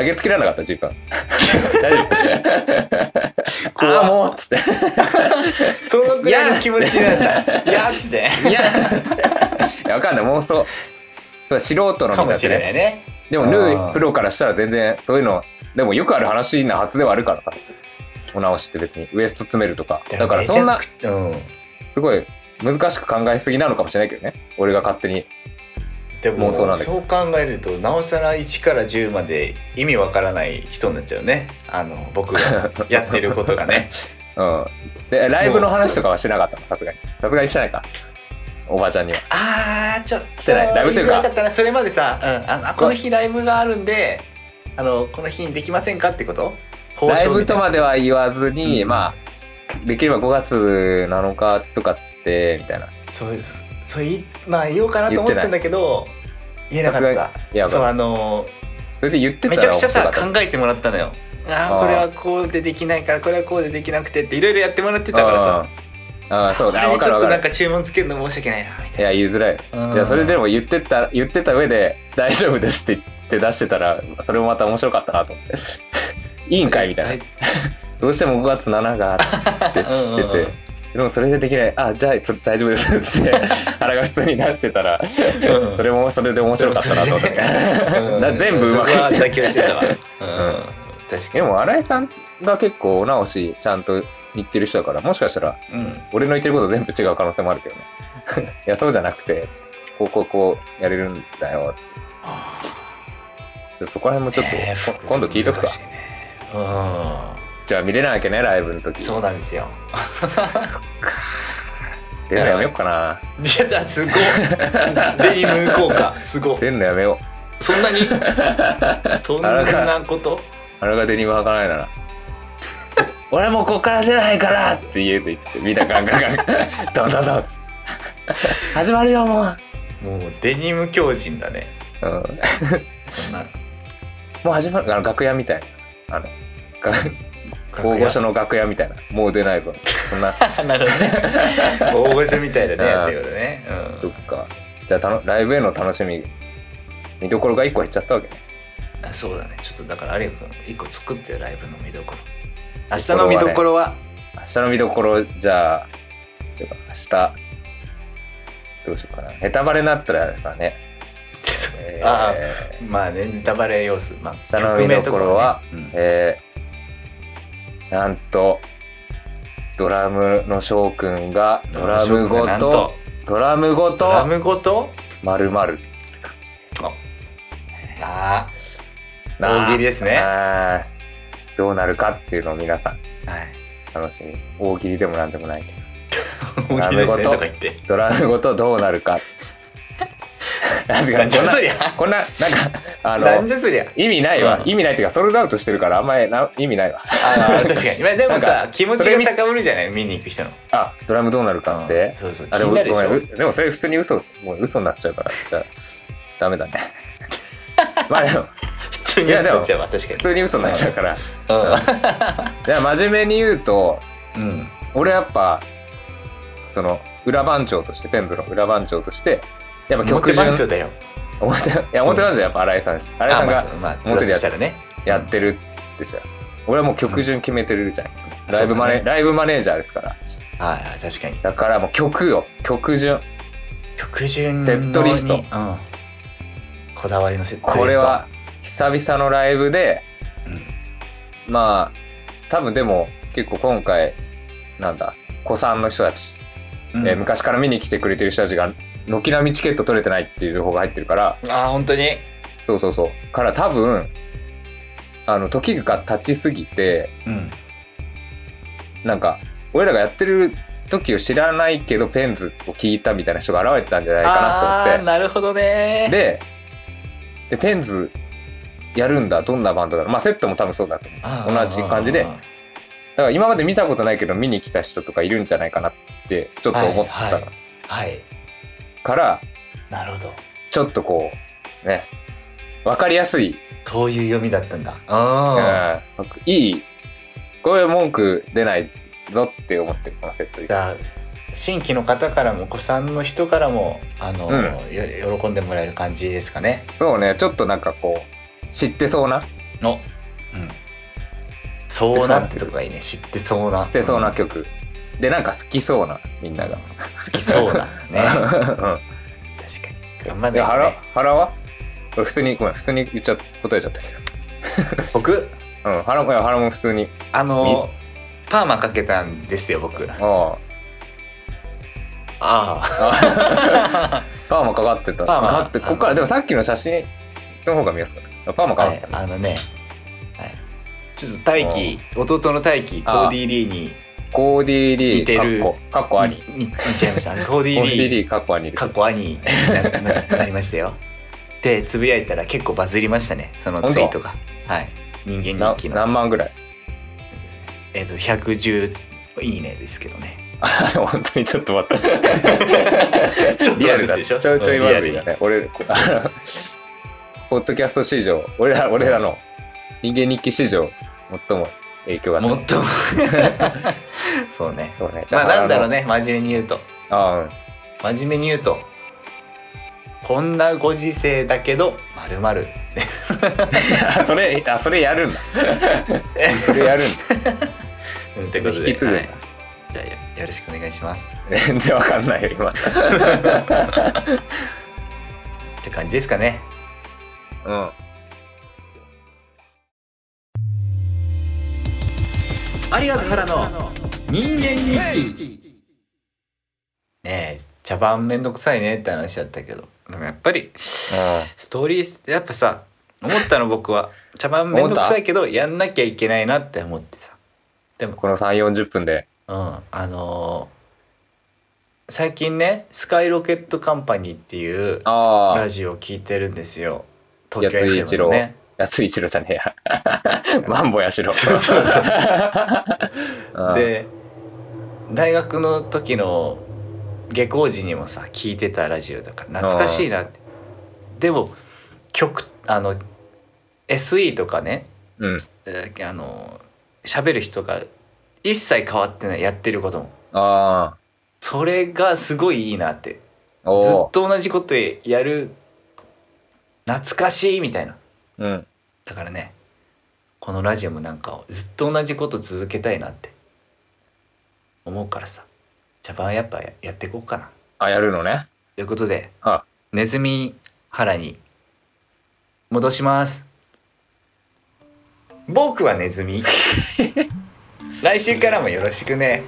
Speaker 2: 投げつけられなかったジーパン大丈夫
Speaker 1: 怖
Speaker 2: ああもうっつって
Speaker 1: そのくらいの気持ちなんだ いやっつって
Speaker 2: いやいやわかんない妄想そう素人の
Speaker 1: か
Speaker 2: 見
Speaker 1: も
Speaker 2: た
Speaker 1: し
Speaker 2: て
Speaker 1: れ
Speaker 2: ね
Speaker 1: ないね
Speaker 2: でも
Speaker 1: あ
Speaker 2: ヌ
Speaker 1: ー
Speaker 2: ープロからしたら全然そういうのでもよくある話なはずではあるからさお直しって別にウエスト詰めるとかだからそんな
Speaker 1: めちゃくうん
Speaker 2: すごい難しく考えすぎなのかもしれないけどね俺が勝手に
Speaker 1: で
Speaker 2: も
Speaker 1: も
Speaker 2: うそうなんだけ
Speaker 1: そう考えるとなおさら1から10まで意味わからない人になっちゃうねあの僕 がやってることがね
Speaker 2: うんでライブの話とかはしなかったのさすがにさすがにしてないかおばあちゃんには
Speaker 1: あーちょっと
Speaker 2: してないライブというか
Speaker 1: 言づらったなそれまでさ、うん、あのあこの日ライブがあるんであのこの日にできませんかってこと交
Speaker 2: ライ
Speaker 1: 渉み
Speaker 2: ブ
Speaker 1: たいな
Speaker 2: とまでは言わずに、
Speaker 1: うん
Speaker 2: まあできれば5月7日とかってみたいな
Speaker 1: そうですそういまあ言おうかなと思ったんだけど言えなか
Speaker 2: さすが
Speaker 1: っ
Speaker 2: いや
Speaker 1: たそう
Speaker 2: そ
Speaker 1: あの
Speaker 2: れで言ってた
Speaker 1: め
Speaker 2: ら
Speaker 1: ちゃくちゃさ
Speaker 2: 面白かっ
Speaker 1: 考えてもらったのよあ
Speaker 2: あ
Speaker 1: あ
Speaker 2: ー
Speaker 1: これはこうでできないからこれはこうでできなくてっていろいろやってもらって
Speaker 2: た
Speaker 1: たからさ
Speaker 2: うんああそうだ
Speaker 1: あ
Speaker 2: 分
Speaker 1: れ
Speaker 2: か
Speaker 1: ち
Speaker 2: る
Speaker 1: ょっと
Speaker 2: 分
Speaker 1: な
Speaker 2: か
Speaker 1: ん
Speaker 2: る
Speaker 1: か注文つけるの申し訳ないなみた
Speaker 2: い
Speaker 1: い
Speaker 2: や言いづらい
Speaker 1: な。
Speaker 2: いやそれで
Speaker 1: も
Speaker 2: も言ってた言ってた上で「大丈夫です」って言って出してたらそれもまた面白かったなと思って 「いいんかい」みたいな。どうしても5月7がっ て
Speaker 1: うんうん
Speaker 2: 言
Speaker 1: う
Speaker 2: っ
Speaker 1: ん
Speaker 2: てて。でもそれでできないあじゃあそれ大丈夫ですっつって腹が普通に出してたら、
Speaker 1: うん
Speaker 2: それもそれで面白かったなと思って、だ 全部うまくい
Speaker 1: っ
Speaker 2: ってて
Speaker 1: 妥協してた わ。うん
Speaker 2: ん
Speaker 1: 確か
Speaker 2: でも新井さんが結構お直しちゃんと言ってる人だからもしかしたら
Speaker 1: に。うん
Speaker 2: 俺の言ってること全部違う可能性もあるけどね いやそうじゃなくてこうこうこうやれるんだよってそこら辺もちょっと、
Speaker 1: えー
Speaker 2: こ今度聞いとくか
Speaker 1: 難しいね
Speaker 2: じゃあ見れないわけねライブの時
Speaker 1: そうなんですよ
Speaker 2: 出るのやめようかな
Speaker 1: 出たすごい デニム効果すごい
Speaker 2: 出るのやめよ
Speaker 1: そんな にそんなこと
Speaker 2: うあれがデニム履かないなら 俺もうこっから出ないからって家で言って見たガンガンガンガン ドンドンドンっつって始まるよもう、
Speaker 1: もうデニム狂人だね
Speaker 2: うん、も
Speaker 1: そんな
Speaker 2: う始まるあの楽屋みたいなやつあのが 大御所の楽屋みたいなもう出ないぞそんな
Speaker 1: なるほどね大御所みたいだねやってることね、うん、
Speaker 2: そっかじゃあたのライブへの楽しみ見どころが1個減っちゃったわけね
Speaker 1: あそうだねちょっとだからありがとう一個作ってよライブの見どころ明日の見どころは、
Speaker 2: 明日の見どころじゃあじゃあ明日どうしようかなネタバレになったらだからね、え ー
Speaker 1: あまあねネタバレ要素まあ
Speaker 2: 下の見どころは
Speaker 1: 曲名とかね
Speaker 2: えーなんとドラムの翔くんが
Speaker 1: うん
Speaker 2: ドラムご
Speaker 1: なん
Speaker 2: とドラムご
Speaker 1: ドラ
Speaker 2: と
Speaker 1: ムごと
Speaker 2: まるまる
Speaker 1: あ
Speaker 2: なあ
Speaker 1: 大喜利ですね
Speaker 2: ああどうなるかっていうのを皆さん
Speaker 1: ーはい
Speaker 2: 楽しみ大喜利でもなんでもないけど
Speaker 1: 大
Speaker 2: ラ
Speaker 1: 喜利
Speaker 2: ム
Speaker 1: です
Speaker 2: ご
Speaker 1: ねと
Speaker 2: と
Speaker 1: か言って
Speaker 2: ドラムごとどうなる か確か
Speaker 1: なん
Speaker 2: に
Speaker 1: じゃ
Speaker 2: こんな
Speaker 1: そりゃ
Speaker 2: こんななんかあの
Speaker 1: なんじゃそりゃ
Speaker 2: 意味ないわ、
Speaker 1: うん
Speaker 2: 意味ないっていうかソールドアウトしてるからあんまりな意味ないわ
Speaker 1: あ ー確かにまあでも
Speaker 2: な
Speaker 1: さ気持
Speaker 2: そ
Speaker 1: ち
Speaker 2: れ見
Speaker 1: が高ぶるじゃない見に行く人の
Speaker 2: あドラムどうなるかっ
Speaker 1: うん
Speaker 2: て、
Speaker 1: そうそう気
Speaker 2: あで
Speaker 1: に
Speaker 2: も
Speaker 1: なるでし
Speaker 2: ごめ
Speaker 1: ょ
Speaker 2: んうでもそれ普通に嘘もう嘘になっちゃうからじゃあダメ だねまあでも
Speaker 1: 普通にやっちゃうわ確か
Speaker 2: 普通に嘘になっちゃうから
Speaker 1: に
Speaker 2: いや真面目に言うと
Speaker 1: うんうん
Speaker 2: 俺やっぱその裏番長としてペンズの裏番長としてやっぱ曲
Speaker 1: 表
Speaker 2: 順
Speaker 1: 番長だよ
Speaker 2: 表いや表番長やっぱ新井さん新井さん
Speaker 1: あ
Speaker 2: が
Speaker 1: まあまあ
Speaker 2: モテる
Speaker 1: だと
Speaker 2: やつ
Speaker 1: したらね
Speaker 2: やってるってさ俺はもう曲順決めてるじゃないですか、
Speaker 1: うん
Speaker 2: ライブマネ
Speaker 1: そうだね
Speaker 2: ライブマネージャーですから
Speaker 1: はいはい確かに
Speaker 2: だからもう曲よ曲順
Speaker 1: 曲順の
Speaker 2: セットリスト
Speaker 1: にうんこだわりのセットリスト
Speaker 2: これは久々のライブでまあ多分でも結構今回なんだ子さんの人たち、
Speaker 1: うん
Speaker 2: えー昔から見に来てくれてる人たちが軒並みチケット取れてないっていう情報が入ってるから
Speaker 1: ああ本当に
Speaker 2: そうそうそうから多分あの時が経ちすぎて
Speaker 1: うん
Speaker 2: なんか俺らがやってる時を知らないけどペンズを聞いたみたいな人が現れてたんじゃないかなと
Speaker 1: あ
Speaker 2: 思
Speaker 1: あ
Speaker 2: っ
Speaker 1: ー
Speaker 2: て
Speaker 1: なるほどね
Speaker 2: ででペンズやるんだどんなバンドだろうまあセットも多分そうだと思う
Speaker 1: あ
Speaker 2: 同
Speaker 1: ー
Speaker 2: じ感じで
Speaker 1: あー
Speaker 2: だから今まで見たことないけど見に来た人とかいるんじゃないかなってちょっと思っ
Speaker 1: はいは
Speaker 2: た
Speaker 1: いはい
Speaker 2: から
Speaker 1: なるほど
Speaker 2: ちょっとこうね分かりやすい、
Speaker 1: そういう読みだったんだ
Speaker 2: うん
Speaker 1: あ
Speaker 2: いいこれ文句出ないぞって思ってるこのセットリ
Speaker 1: じ
Speaker 2: スト
Speaker 1: ゃあ新規の方からもお子さんの人からもあの、
Speaker 2: うん
Speaker 1: よ喜んでもらえる感じですかね
Speaker 2: そうねちょっとなんかこう知ってそうな
Speaker 1: の、うん、そうなってとこがいいね知ってそうな
Speaker 2: 知ってそうな曲、でなんか好きそうなみんなが、
Speaker 1: 好きそうなね確か
Speaker 2: うん
Speaker 1: に頑張んな
Speaker 2: で
Speaker 1: きゃ
Speaker 2: 腹
Speaker 1: ね
Speaker 2: 腹は俺普通にごめん普通に言っちゃ答えちゃったけ
Speaker 1: 僕
Speaker 2: ど、うん、腹もいや腹も普通に
Speaker 1: あのパーマかけたんですよ僕あ
Speaker 2: ああ
Speaker 1: あ
Speaker 2: パーマかかってた
Speaker 1: パーマ
Speaker 2: かかってここからでもさっきの写真の方が見やすかったパーマかかってた、
Speaker 1: あのね、はい、ちょっと大輝弟の大輝コ
Speaker 2: あ
Speaker 1: ーディー・リーに
Speaker 2: コーディー・リ
Speaker 1: 似て
Speaker 2: ー
Speaker 1: る
Speaker 2: かっこかっこ兄コ
Speaker 1: にに似ちゃいましたあ のコーディ
Speaker 2: ー
Speaker 1: ー・
Speaker 2: ディー・
Speaker 1: リー
Speaker 2: リーかっこ兄です
Speaker 1: かっこ兄になななりました よでつぶやいたら結構バズりましたねそのツイートがはい人間
Speaker 2: な
Speaker 1: 日記の
Speaker 2: 何万ぐらい
Speaker 1: えっ、と110いいねですけどね
Speaker 2: あの本当にちょっと待って
Speaker 1: ちょっと
Speaker 2: リア
Speaker 1: バズっ
Speaker 2: ルだ
Speaker 1: た
Speaker 2: っ
Speaker 1: で
Speaker 2: た
Speaker 1: しょ
Speaker 2: ちょいちょい
Speaker 1: リア
Speaker 2: 悪
Speaker 1: ル
Speaker 2: い
Speaker 1: に
Speaker 2: よね俺あのポッドキャスト史上俺ら俺らの人間日記史上最も影響があった
Speaker 1: もっとそうね
Speaker 2: そうね。じゃ
Speaker 1: まあなんだろう
Speaker 2: ね。
Speaker 1: ね真面目に言うと
Speaker 2: あ
Speaker 1: 真面目に言うとこんなご時世だけどまるまる
Speaker 2: あ、それ、あ、それやるんだ。それやるんだ。
Speaker 1: ということで
Speaker 2: 引き継ぐんだ
Speaker 1: はいじゃあよよろしくお願いします
Speaker 2: 全然わかんないよ、今。
Speaker 1: って感じですかね
Speaker 2: うん。
Speaker 1: ありがとう原の人間日記ねえ茶番めんどくさいねって話だったけどでもやっぱりストーリーやっぱさ思ったの僕は茶番めんどくさいけどやんなきゃいけないなって思ってさ
Speaker 2: この3、40分で。
Speaker 1: うんあのー最近ねスカイロケットカンパニーっていう
Speaker 2: あ
Speaker 1: ラ
Speaker 2: あ、
Speaker 1: ジオを聞いてるんですよ東京
Speaker 2: やつい
Speaker 1: FM
Speaker 2: 一
Speaker 1: の
Speaker 2: 郎
Speaker 1: ね
Speaker 2: 安い一郎じゃね えや。マンボやしろ。
Speaker 1: そうそうそう
Speaker 2: うん、
Speaker 1: で大学の時の下校時にもさ聞いてたラジオだから懐かしいなってでも曲あの SE とかね
Speaker 2: うん。
Speaker 1: えーあの喋る人が一切変わってないやってることも
Speaker 2: あ
Speaker 1: それがすごいいいなって
Speaker 2: あ、
Speaker 1: ずっ
Speaker 2: お
Speaker 1: と
Speaker 2: お。
Speaker 1: 同じことやる懐かしいみたいな
Speaker 2: うん。
Speaker 1: だからねこのラジオもなんかずっと同じこと続けたいなって思うからさ茶番やっぱややっていこうかな
Speaker 2: あ、やるのね。
Speaker 1: ということで
Speaker 2: あ
Speaker 1: ネズミ腹に戻します僕はネズ ミ来週からもよろしくね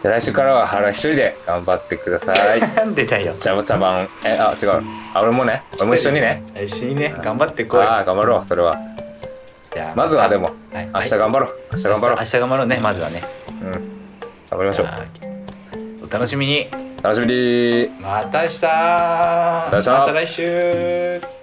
Speaker 2: じゃあ来週からは原一人で頑張ってください。
Speaker 1: なんでだよ
Speaker 2: 茶茶番。え、あ、違う。あ、俺もね。俺も一緒にね。
Speaker 1: 一緒にね
Speaker 2: うん
Speaker 1: 頑張ってこい
Speaker 2: ああ、頑張ろう。それは。
Speaker 1: じゃあ
Speaker 2: まずはでも、
Speaker 1: たはい
Speaker 2: 明日頑張ろう。明日頑張ろ
Speaker 1: 明日頑張ろうねまずはね
Speaker 2: う。うん。頑張りましょう。
Speaker 1: じゃあお楽しみに
Speaker 2: 楽しみに
Speaker 1: また明日
Speaker 2: た明日
Speaker 1: また来週